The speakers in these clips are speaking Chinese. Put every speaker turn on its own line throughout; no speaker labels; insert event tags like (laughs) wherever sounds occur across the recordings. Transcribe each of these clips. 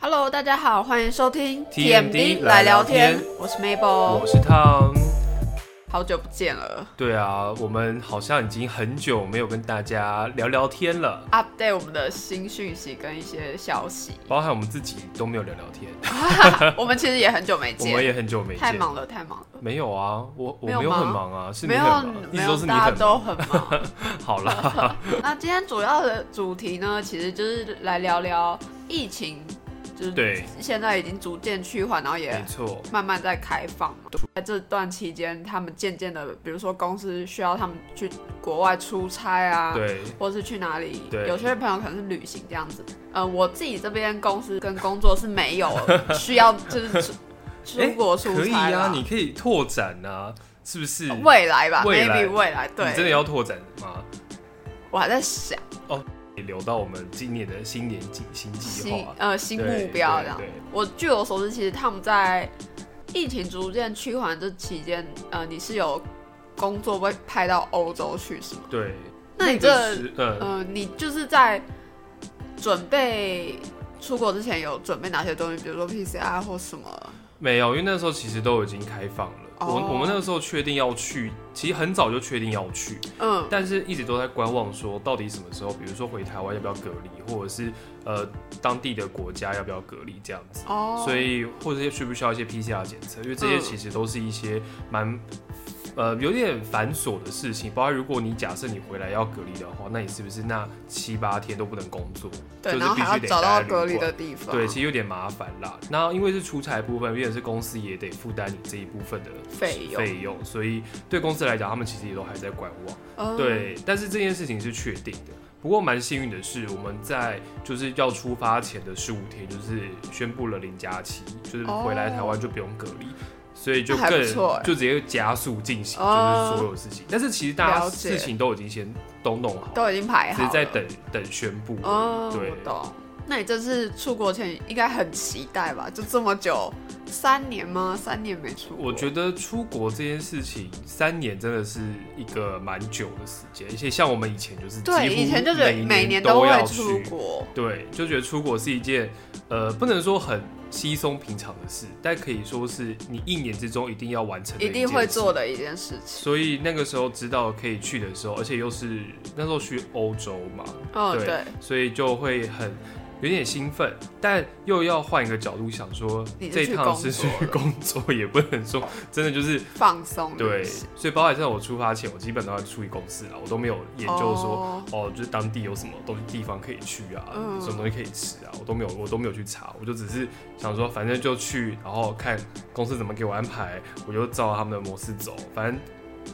Hello，大家好，欢迎收听
TMD 来聊天
我是 Mabel，
我是汤。
好久不见了
对啊，我们好像已经很久没有跟大家聊聊天了，
，update 我们的新讯息跟一些消息。
包含我们自己都没有聊聊天，
我们其实也很久没
我
见，
们也很久没见。
太忙了，太忙了，
没有啊，我我
没有
没有
吗
很忙啊，是你
没
很
有
忙，一
没
直都
有，
是你
大家
很忙。
都很忙。
(laughs) 好啦，
(laughs) 那今天主要的主题呢，其实就是来聊聊疫情，就是
对，
现在已经逐渐趋缓，然后也
没错，
慢慢在开放嘛。在这段期间，他们渐渐的，比如说公司需要他们去国外出差啊，
对，
或是去哪里，
对
有些朋友可能是旅行这样子。呃，我自己这边公司跟工作是没有 (laughs) 需要就是出出国出
可以
差啦
啊，你可以拓展啊，是不是？你
未来吧
未来
，maybe 未来，
真的
对，
要拓展吗？
我还在想
也留到我们今年的新年计新计
新
划。
呃新
对
目标
对
这样
对。
我据我所知，其实他们在疫情逐渐趋缓这期间，呃，你是有工作被派到欧洲去是吗？
对，
那你
那个
这
时呃，
呃，你就是在准备出国之前有准备哪些东西，比如说 PCR 或什么？
没有，因为那时候其实都已经开放了。
哦
我我们那个时候确定要去，其实很早就确定要去，
嗯，
但是一直都在观望，说到底什么时候，比如说回台湾要不要隔离，或者是呃当地的国家要不要隔离这样子。
哦，
所以或者是需不需要一些 PCR 检测，因为这些
嗯
其实都是一些蛮。呃，有点繁琐的事情，包括如果你假设你回来要隔离的话，那你是不是那七八天都不能工作？
对，
就是
然后
必须
还要
得
找
待在
到
旅
隔离
馆
的地方。
对，其实有点麻烦啦。那因为是出差部分，因为是公司也得负担你这一部分的
费用
费用，所以对公司来讲，他们其实也都还在观望。
嗯，
对，但是这件事情是确定的。不过蛮幸运的是，我们在就是要出发前的十五天，就是宣布了零假期，就是回来台湾就不用隔离。所以就
哦那还不
更
错欸
就直接加速进行，
哦
就是所有事情。但是其实大
了
家
解
事情都已经先都弄好，
都已经排好
只
了，
是在等等宣布而已。
哦，
对
我，懂。那你这次出国前应该很期待吧？就这么久，三年吗？三年没出国，
我觉得出国这件事情，三年真的是一个蛮久的时间，而且像我们以前就是几乎
对，以前就是每
每
年
都
会
要
出
去，
国，
对，就觉得出国是一件呃，不能说很稀松平常的事，但可以说是你一年之中一定要完成的
一
件
定会
事
做。的一件事情。
所以那个时候知道可以去的时候，而且又是那时候去欧洲嘛，
嗯，
对
对，
所以就会很有点兴奋，但又要换一个角度想说
你，是
这
去
趟是去
工作了
工作，也不能说真的就是
放松
对，
旅行。
所以包含在我出发前，我基本都要出去公司啦，我都没有研究说
哦
哦就是当地有什么东西地方可以去啊，
嗯
什么东西可以吃啊，我都没有，我都没有去查，我就只是想说，反正就去，然后看公司怎么给我安排，我就照他们的模式走，反正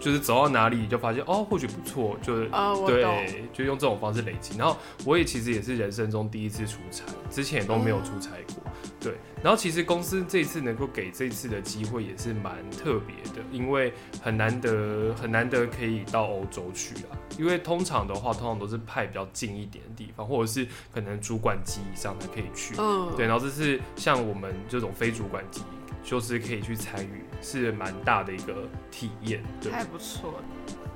就是走到哪里就发现哦，或许不错，就是。
呃，我懂。
对，就用这种方式累积。然后我也其实也是人生中第一次出差，之前也都没有出差过。对，然后其实公司这次能够给这次的机会也是蛮特别的，因为很难得很难得可以到欧洲去啊。因为通常的话，通常都是派比较近一点的地方，或者是可能主管级以上才可以去。
嗯，
对，然后这是像我们这种非主管级，就是可以去参与，是蛮大的一个体验。对，
还不错。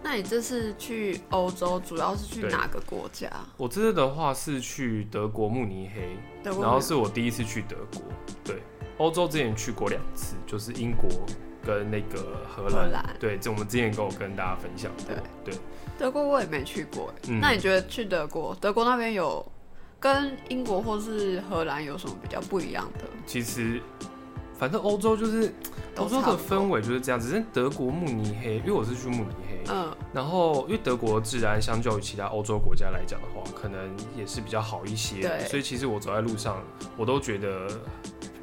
那你这次去欧洲主要是去
对
哪个国家？
我这次的话是去德国慕尼黑，
德国
然后
吗
是我第一次去德国。对，欧洲之前去过两次，就是英国跟那个荷
荷
兰。
兰
对，这我们之前跟我跟大家分享过。对，
德国我也没去过、欸
嗯
那你觉得去德国，德国那边有跟英国或是荷兰有什么比较不一样的？
其实反正欧洲就是
都
欧洲
差
的
不多
氛围就是这样，只是德国慕尼黑，因为我是去慕尼黑，
嗯，
然后，因为德国治安相较于其他欧洲国家来讲的话，可能也是比较好一些
对
的，所以其实我走在路上，我都觉得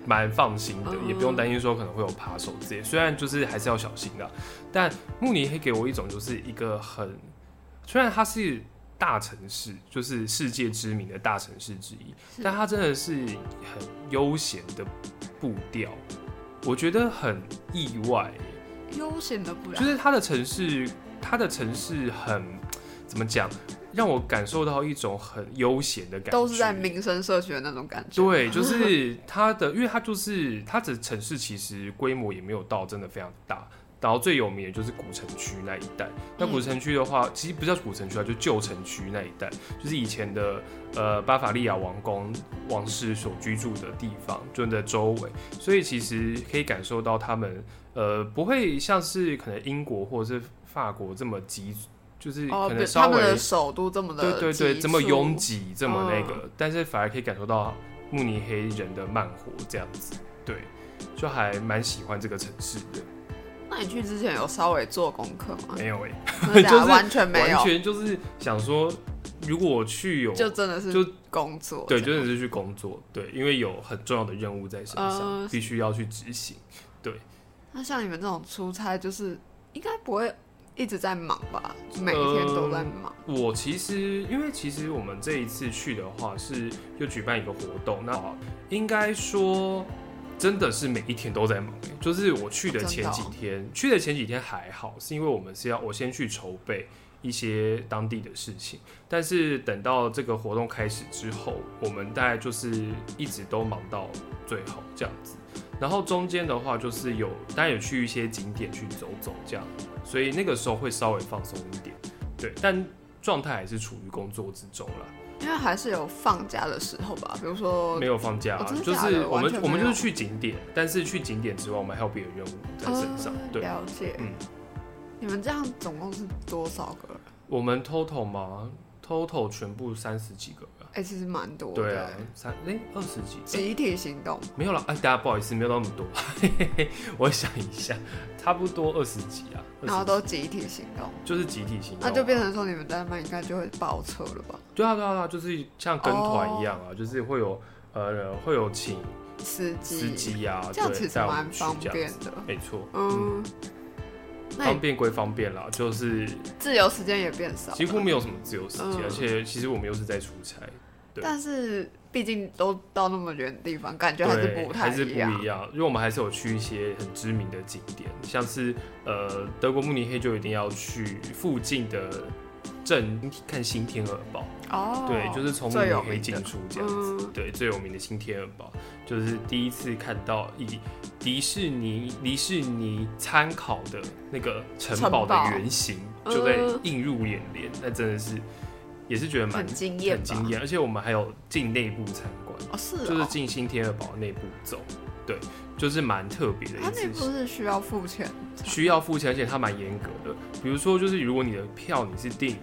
蛮放心的，
嗯
也不用担心说可能会有扒手之类。虽然就是还是要小心的，但慕尼黑给我一种就是一个很，虽然它是大城市，就是世界知名的大城市之一，
是
但它真的是很悠闲的步调，我觉得很意外耶。
悠闲的不了，
就是它的城市，它的城市很怎么讲，让我感受到一种很悠闲的感觉，
都是在民生社区的那种感觉。
对，就是它的，因为它就是它的城市其实规模也没有到真的非常大，然后最有名的就是古城区那一带。
嗯
那古城区的话，其实不叫古城区啊，就旧城区那一带，就是以前的呃巴伐利亚王宫王室所居住的地方，就的周围。所以其实可以感受到他们呃不会像是可能英国或者是法国这么急，就是
哦
可，
比
能稍
他
微、
们的首都这么的嗯
对对对，
急
这么
促
拥挤，这么那个，但是反而可以感受到慕尼黑人的慢活这样子，对，就还蛮喜欢这个城市的。
那你去之前有稍微做功课
(laughs)
吗？
没有哎、
真的假的
就是
完全哦没有
完，全就是想说，如果我去有
就真的是
就
工作这
对，
样，
真的是去工作，对，因为有很重要的任务在身上，
呃
必须要去执行。
那像你们这种出差，就是应该不会一直在忙吧？每一天都
呃
在忙。
我其实，因为其实我们这一次去的话是又举办一个活动，那应该说真的是每一天都在忙、欸就是我去的
哦真的
前
哦
几天，去的前几天还好，是因为我们是要我先去筹备一些当地的事情，但是等到这个活动开始之后，我们大概就是一直都忙到最后这样子。然后中间的话，就是有当然有去一些景点去走走这样，所以那个时候会稍微放松一点，对，但状态还是处于工作之中啦，
因为还是有放假的时候吧，比如说
没有放假、啊
哦真的
就
假的
是我
完
们
全
我们就
没有
是去景点，但是去景点之外，我们还有别的任务在身上，
呃
对，
了解。
嗯
你们这样总共是多少个人？
我们 total 嘛，total 全部三十几个吧，
哎、其实蛮多的。
对啊，三哎二十几个，
集体行动，
没有了，哎，大家不好意思，没有那么多， (laughs) 嘿嘿嘿，我想一下，差不多二十几啊，20
然后都
几
集体行动，
就是集体行动啊，
那就变成说你们在那边应该就会爆车了吧？
对啊对啊对啊，就是像跟团一样
哦
啊，就是会有呃会有请
司机，
司机啊，
这样
对
其实
带我们
蛮
去
方
这样
便
子
的。
没错，嗯，
嗯，那
方
你
便归方便啦，就是
自由时间也变少了，
嗯几乎没有什么自由时间，
嗯
而且其实我们又是在出差，对
但是毕竟都到那么远的地方，感觉
对，
还是不太
还是
一样。
不一样，因为我们还是有去一些很知名的景点，像是呃德国慕尼黑就一定要去附近的镇看新天鹅堡，
哦，
对，就是从慕
最
尼
有
黑
名
进
的
出这样子。
嗯
对，最有名的新天鹅堡，就是第一次看到以迪士尼迪士尼参考的那个城
城
堡的
堡
原型，
嗯
就在映入眼帘，那真的是也是觉得蛮
很惊艳吧
很惊艳。而且我们还有进内部参观，
哦，是哦，
就是进新天鹅堡内部走，对，就是蛮特别的
它
一
那
次
不
事。
是需要付钱才，
需要付钱，而且它蛮严格的。比如说，就是如果你的票你是订，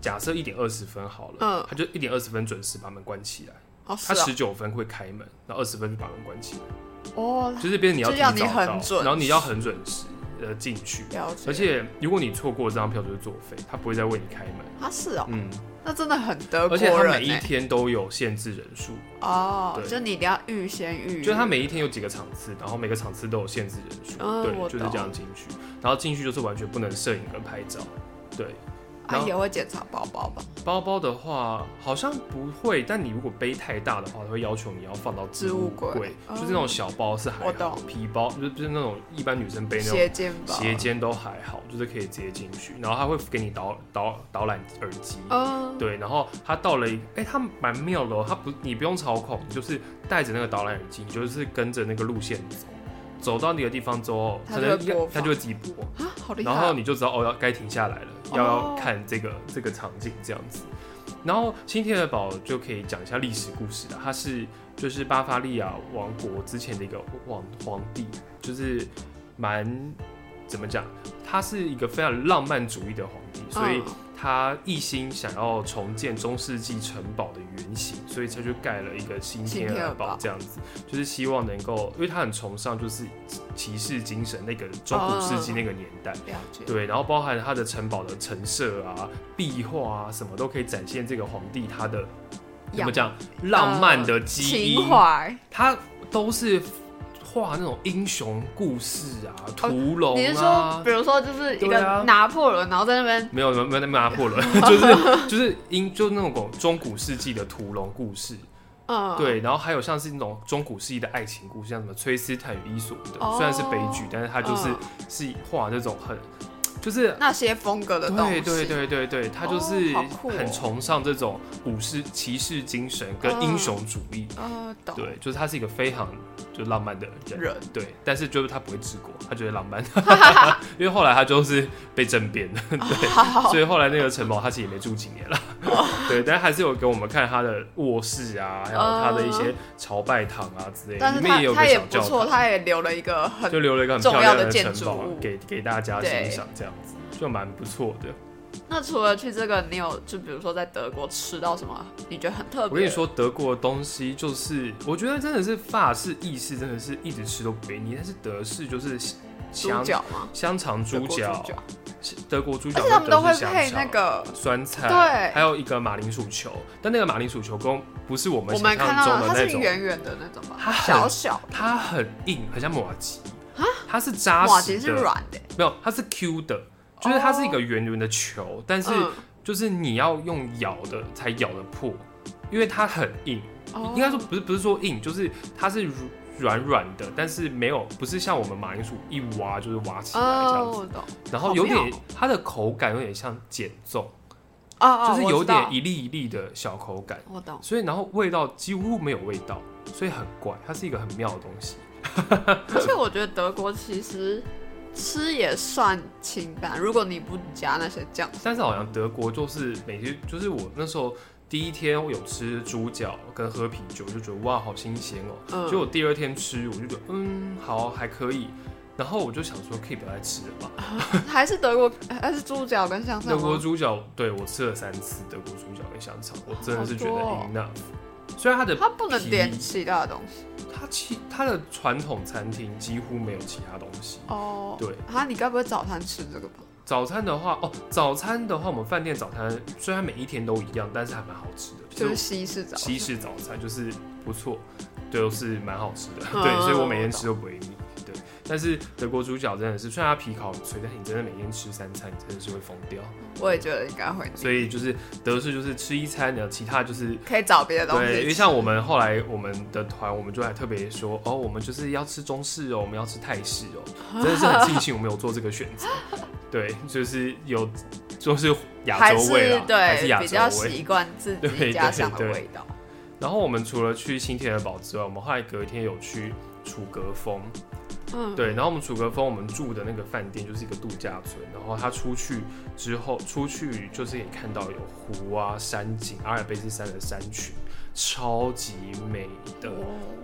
假设一点二十分好了，
嗯
它就一点二十分准时把门关起来。
哦
他
是
十九分会开门，然后二十分就把门关起来，
哦，哦
就是变成你要
就要
提早
你很
到
准
然后你要很准时呃进去，
了解，
而且如果你错过这张票就是作废，他不会再为你开门。
它是哦，
嗯，
那真的很德
而
国
且他每
人
一
哎，
天都有限制人数，
哦，
对
就你一定要预先预约，
就是他每一天有几个场次，然后每个场次都有限制人数，
嗯
对，
我
就是
懂
这样进去，然后进去就是完全不能摄影跟拍照，对。然
啊
后
也会检查包包吧，
包包的话好像不会，但你如果背太大的话，他会要求你要放到置
置
物
物
柜，
柜
就是那种小包是还
我
好，
懂
皮包就是就是那种一般女生背那种
斜肩包，
斜，肩都还好，就是可以直接进去。然后他会给你导导导览耳机，
嗯，
对，然后他到了一，哎、他蛮妙的哦，他不你不用操控，你就是带着那个导览耳机，你就是跟着那个路线走，走到那个地方之后，
它
可
就
能
会
一个
播
他就会自己播，
啊，好厉害
然
哦，
后你就知道哦，要该停下来了，要
哦
要看这个这个场景这样子。然后新天鹅堡就可以讲一下历史故事了，它是就是巴伐利亚王国之前的一个皇皇帝，就是蛮怎么讲，他是一个非常浪漫主义的皇帝，所以
嗯
他一心想要重建中世纪城堡的原型，所以他就盖了一个新天鹅堡这样子，就是希望能够，因为他很崇尚就是骑士精神那个中古世纪那个年代。
了解，
对，然后包含他的城堡的陈设啊、壁画啊，什么都可以展现这个皇帝他的怎么
样呃
讲浪漫的基因
情，怀，
他都是画那种英雄故事啊、屠龙
哦你是说
啊，
比如说就是一
对啊
个拿破仑，然后在那边
没有没有没有拿破
(laughs)
仑，就是就是英就是那种中古世纪的屠龙故事，
嗯，
对，然后还有像是那种中古世纪的爱情故事，像什么《崔斯坦与伊索》的，
哦
虽然是悲剧，但是它就是
嗯
是画那种很就是
那些风格的东西。
对对对对对，他就是
哦好酷哦嗯
很崇尚这种武士骑士精神跟英雄主义。
呃，懂。
对，就是他是一个非常就浪漫的人，
人
对，但是就是他不会治国，他觉得
(laughs)
浪漫，因为后来他就是被政变的，
哦
对，所以后来那个城堡他其实也没住几年了， (laughs) 对，但还是有给我们看他的卧室啊，还有他的一些朝拜堂啊之类的，
嗯但
里
是
面
他
也有
他
个
也
小
不
教
错，
堂，
他也留了一个很
就留了一个很
重
漂
要
亮
的建
城
筑
堡
物
给给大家欣
对
赏，这样子就蛮不错的。
那除了去这个，你有就比如说在德国吃到什么你觉得很特别？
我跟你，说，德国的东西就是，我觉得真的是法式、意式，真的是一直吃都不给你。但是德式就是
猪
香
脚吗？
香肠、猪脚、
脚，
德国猪脚，
而且他们都会
德式香
配
肠
那个
酸菜，
对
还有一个马铃薯球。但那个马铃薯球跟不是我
我
们想
们看
象
到的
中的
它
那
是
种，
圆圆的那种
它
吧，
很
小小的，
它很硬，很像马吉，它是扎
啊哇，
实
其
的，
实是软的，
没有，它是 Q 的，就是它是一个圆圆的球，但是
嗯
就是你要用咬的才咬得破，因为它很硬。
哦
应该说不是不是说硬，就是它是软软软的，但是没有不是像我们马铃薯一挖就是挖起来啊这
哦，
样子，
我懂，
然后有
好
点
妙哦
它的口感有点像碱粽，
哦哦，
就是有
我
点
知
一粒一粒的小口感，
道，我懂，
所以然后味道几乎没有味道，所以很怪，它是一个很妙的东西。
而且我觉得德国其实吃也算清淡，如果你不加那些酱，
但是好像德国就是每天就是我那时候第一天我有吃猪脚跟喝啤酒，就觉得哇好新鲜哦、
嗯
结果第二天吃我就觉得嗯好还可以，然后我就想说可以不要再吃了吧。
还是德国还是猪脚跟香菜
德国
吗？
猪脚，对我吃了三次德国猪脚跟香肠，我真的是觉得
好多哦
enough。虽然它的
它不能
皮
点其他的东西
它其它的传统餐厅几乎没有其他东西。
哦。
对，
啊，你该不会早餐吃这个吧？
早餐的话，哦，早餐的话，我们饭店早餐虽然每一天都一样，但是还蛮好吃的，
就是
是
西式早餐。
西式早餐就是不错，就是蛮好吃的。
嗯
对，所以我每天吃都不会腻。对，但是德国猪脚真的是，虽然它皮烤很脆，但是你真的每天吃三餐，你真的是会疯掉。
我也觉得应该会，
所以就是德式就是吃一餐，然后其他就是
可以找别的东西吃。
对，因为像我们后来我们的团，我们就还特别说，哦，我们就是要吃中式哦，我们要吃泰式哦，真的是很庆幸我们有做这个选择。对，就是有，就是 (laughs) 亚
还
洲味
是
啦，还是
对
亚
比较
洲味。
习惯自己家乡的味道。
然后我们除了去新田的堡之外，我们后来隔一天有去楚格峰，
嗯，
对，然后我们楚格峰我们住的那个饭店就是一个度假村，然后它出去之后，出去就是可以看到有湖啊、山景，阿尔卑斯山的山群，超级美的。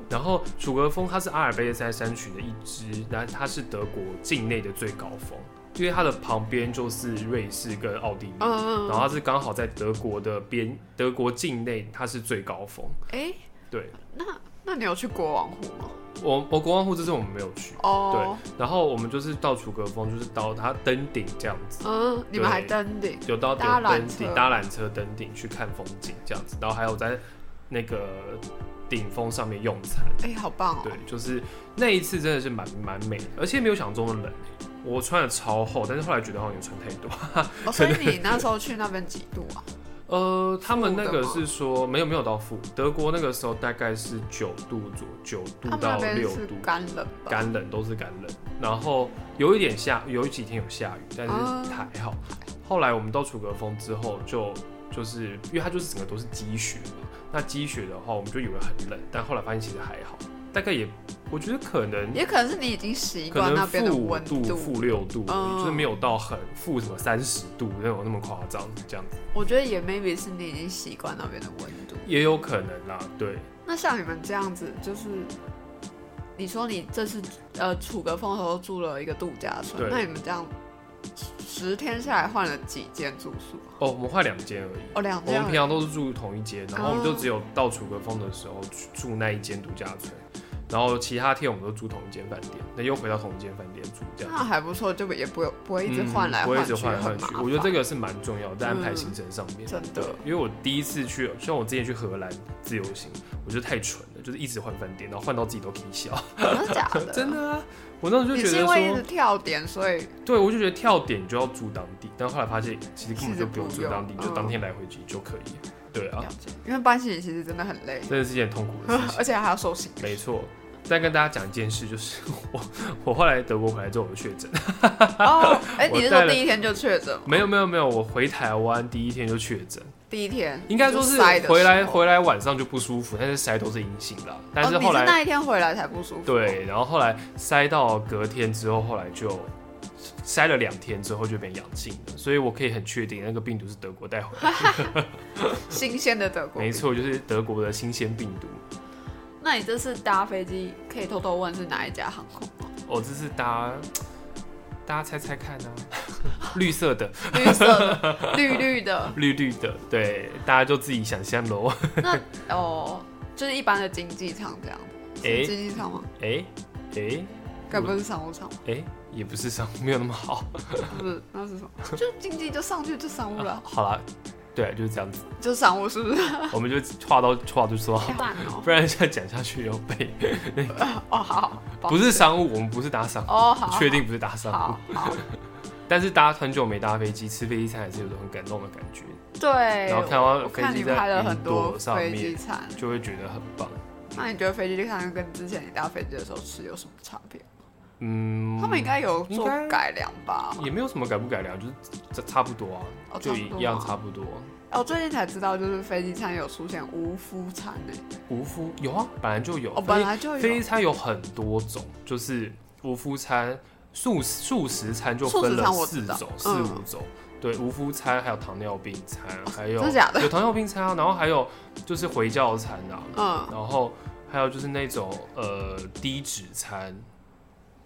然后楚格峰它是阿尔卑斯山山群的一支，然后它是德国境内的最高峰，因为它的旁边就是瑞士跟奥地利，
嗯嗯
然后它是刚好在德国的边，德国境内它是最高峰。
哎，
对，
那那你有去国王湖吗？
我我国王湖这次我们没有去，
哦，
然后我们就是到楚格峰，就是到它登顶这样子。
嗯，你们还登顶，
有到顶
搭缆
登顶
车
搭缆车登顶去看风景这样子，然后还有在那个顶峰上面用餐，
哎，好棒哦
对！，就是那一次真的是蛮蛮美的，而且没有想中的冷。欸我穿的超厚，但是后来觉得好像也穿太多。 (laughs)
哦所以你那时候去那边几度啊？
呃，他们那个
负的
是说没有没有到负，德国那个时候大概是九度左九
他
度
们那
到
边
六
是
度，
干冷吧？
干冷都是干冷，然后有一点下，有几天有下雨，但是
啊
还好。后来我们到楚格峰之后就，就是因为它就是整个都是积雪嘛，那积雪的话，我们就以为很冷，但后来发现其实还好，大概也我觉得可能
也可能是你已经习
可
惯那
能
边的
负五
温
度、负六度而已，
嗯
就是没有到很负什么三十度那种那么夸张这样子，
我觉得也 maybe 是你已经习惯那边的温度。
也有可能啦，对。
那像你们这样子，就是你说你这次呃楚格峰的时候住了一个度假村
对，
那你们这样十天下来换了几间住宿？啊
哦，我们换两间而已。
哦，两
我
间
们
而
平
已。
常都是住同一间，然后我们就只有到楚格峰的时候去住那一间度假村，然后其他天我们都住同一间饭店，那又回到同一间饭店住这样
那
子。
还不错，就也不不啊会一直
嗯
换来
不会一
换去，
直换来换
很
去
麻。烦
我觉得这个是蛮重要的，在安排
嗯
行程上面。
真
对
的，
因为我第一次去，像我之前去荷兰自由行，我觉得太蠢了，就是一直换饭店，然后换到自己都踢笑。
真的假的？
(laughs) 真。的啊，我那时候
你
就觉
是
得
因为一直
说，
跳点，所以
对我就觉得跳点就要住当地，但后来发现其实根本就不用
其实
住
不
当地，
用
就当
嗯
天来回机就可以。对啊
了，解，因为搬行李其实真的很累， (laughs)
真的是一件痛苦的事情。
而且还要收行李。
没错，再跟大家讲一件事，就是我 (laughs) 我后来德国回来之后我确诊， (laughs)
哦，哎、
我
你是
带
说
了
第一天就确诊吗？
没有没有没有，我回台湾第一天就确诊，
第一天
应该说是
就塞的时候
回来回来晚上就不舒服，但是筛都是阴性的啊，但是
哦、你
后
是
来、
那一天回来才不舒服。，哦
对，然后后来筛到隔天之后，后来就筛了两天之后就变阳性了，所以我可以很确定那个病毒是德国带回来的，
新鲜的 (laughs) 德国。
没。错，就是德国的新鲜病毒。
那你这次搭飞机可以偷偷问是哪一家航空吗？
我、哦这是搭，大家猜猜看啊，绿色的、
绿色的、绿绿的，
绿绿的，对，大家就自己想象喽。
那哦，就是一般的经济舱这样。
哎
是经济舱吗？
哎哎
该不会是商务舱吧？
哎，也不是上没有那么好，
不是，那
嗯
是什么？就经济就上去就商务了，
好啦，对，啊就是这
(laughs)
样子，
就商务是不是？
我们就话都话都说好，
烂哦，
不然再讲下去又被
哦好，抱
不是商务，我们不是搭商务。
哦好，
确定不是搭商务
好，，好好，
但是搭很久没搭飞机，吃飞机餐还是有种很感动的感觉，
对。
然后看到
哎我
飞
看
机
你
在
拍了
云
很
朵
多
上
飞
面
机餐，
就会觉得很棒。
那你觉得飞机餐跟之前你搭飞机的时候吃有什么差别？
嗯，
他们应该有
应
做
该
改良吧？
也没有什么改不改良，就是差差不多啊，
哦
就一样差
差
不多。
哦，我最近才知道，就是飞机餐有出现无麸餐诶、
无麸有啊，本来就有。
哦，本来就
飞飞
有
机餐有很多种，就是无麸餐、素素食餐就分了
素
四
食餐我知道、
种
嗯
四五种。对，无麸餐还有糖尿病餐，还有
哦真的假的
有糖尿病餐啊，然后还有就是回教餐啊，
嗯，
然后还有就是那种呃低脂餐，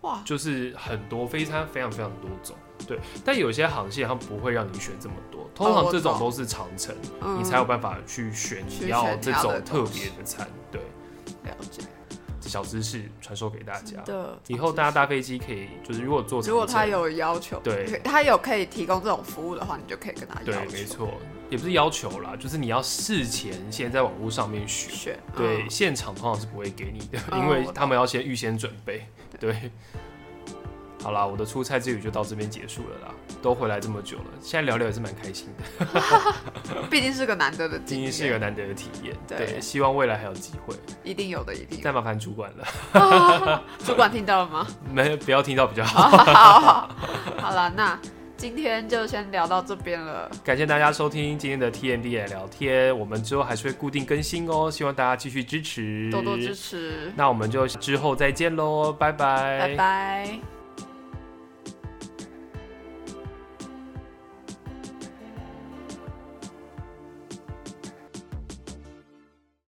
哇，
就是很多飞餐非常非常多种。对，但有些航线它不会让你选这么多，通
哦
常
我
这种
懂
都是长程，
嗯，
你才有办法去选你
去
要
选
这
你要
种
的
特
东
别
西
的餐。对，
了解
这小知识传授给大家。
的。
啊以后大家搭飞机可以，就是如果坐长
如果他
程
有要求，
对，
他有可以提供这种服务的话，你就可以跟他
对
要，求
没错，也不是要求啦，就是你要事前先在网络上面选。
选。
对，
嗯
现场通常是不会给你的，
哦
因为
我懂
他们要先预先准备。嗯对，好啦，我的出差之旅就到这边结束了啦，都回来这么久了，现在聊聊也是蛮开 (laughs) 心的，
毕竟是个难得的
今
经
天
验，
是一个难得的体验。
对
对，希望未来还有机会，
一定有的，一定有。
再麻烦主管了， (laughs)
主管听到了吗？
没不要听到比较好。
好好好，好了，那今天就先聊到这边了。
感谢大家收听今天的 TMD 来聊天，我们之后还是会固定更新哦，希望大家继续支持，
多多支。持，
那我们就之后再见喽，拜拜，
拜拜。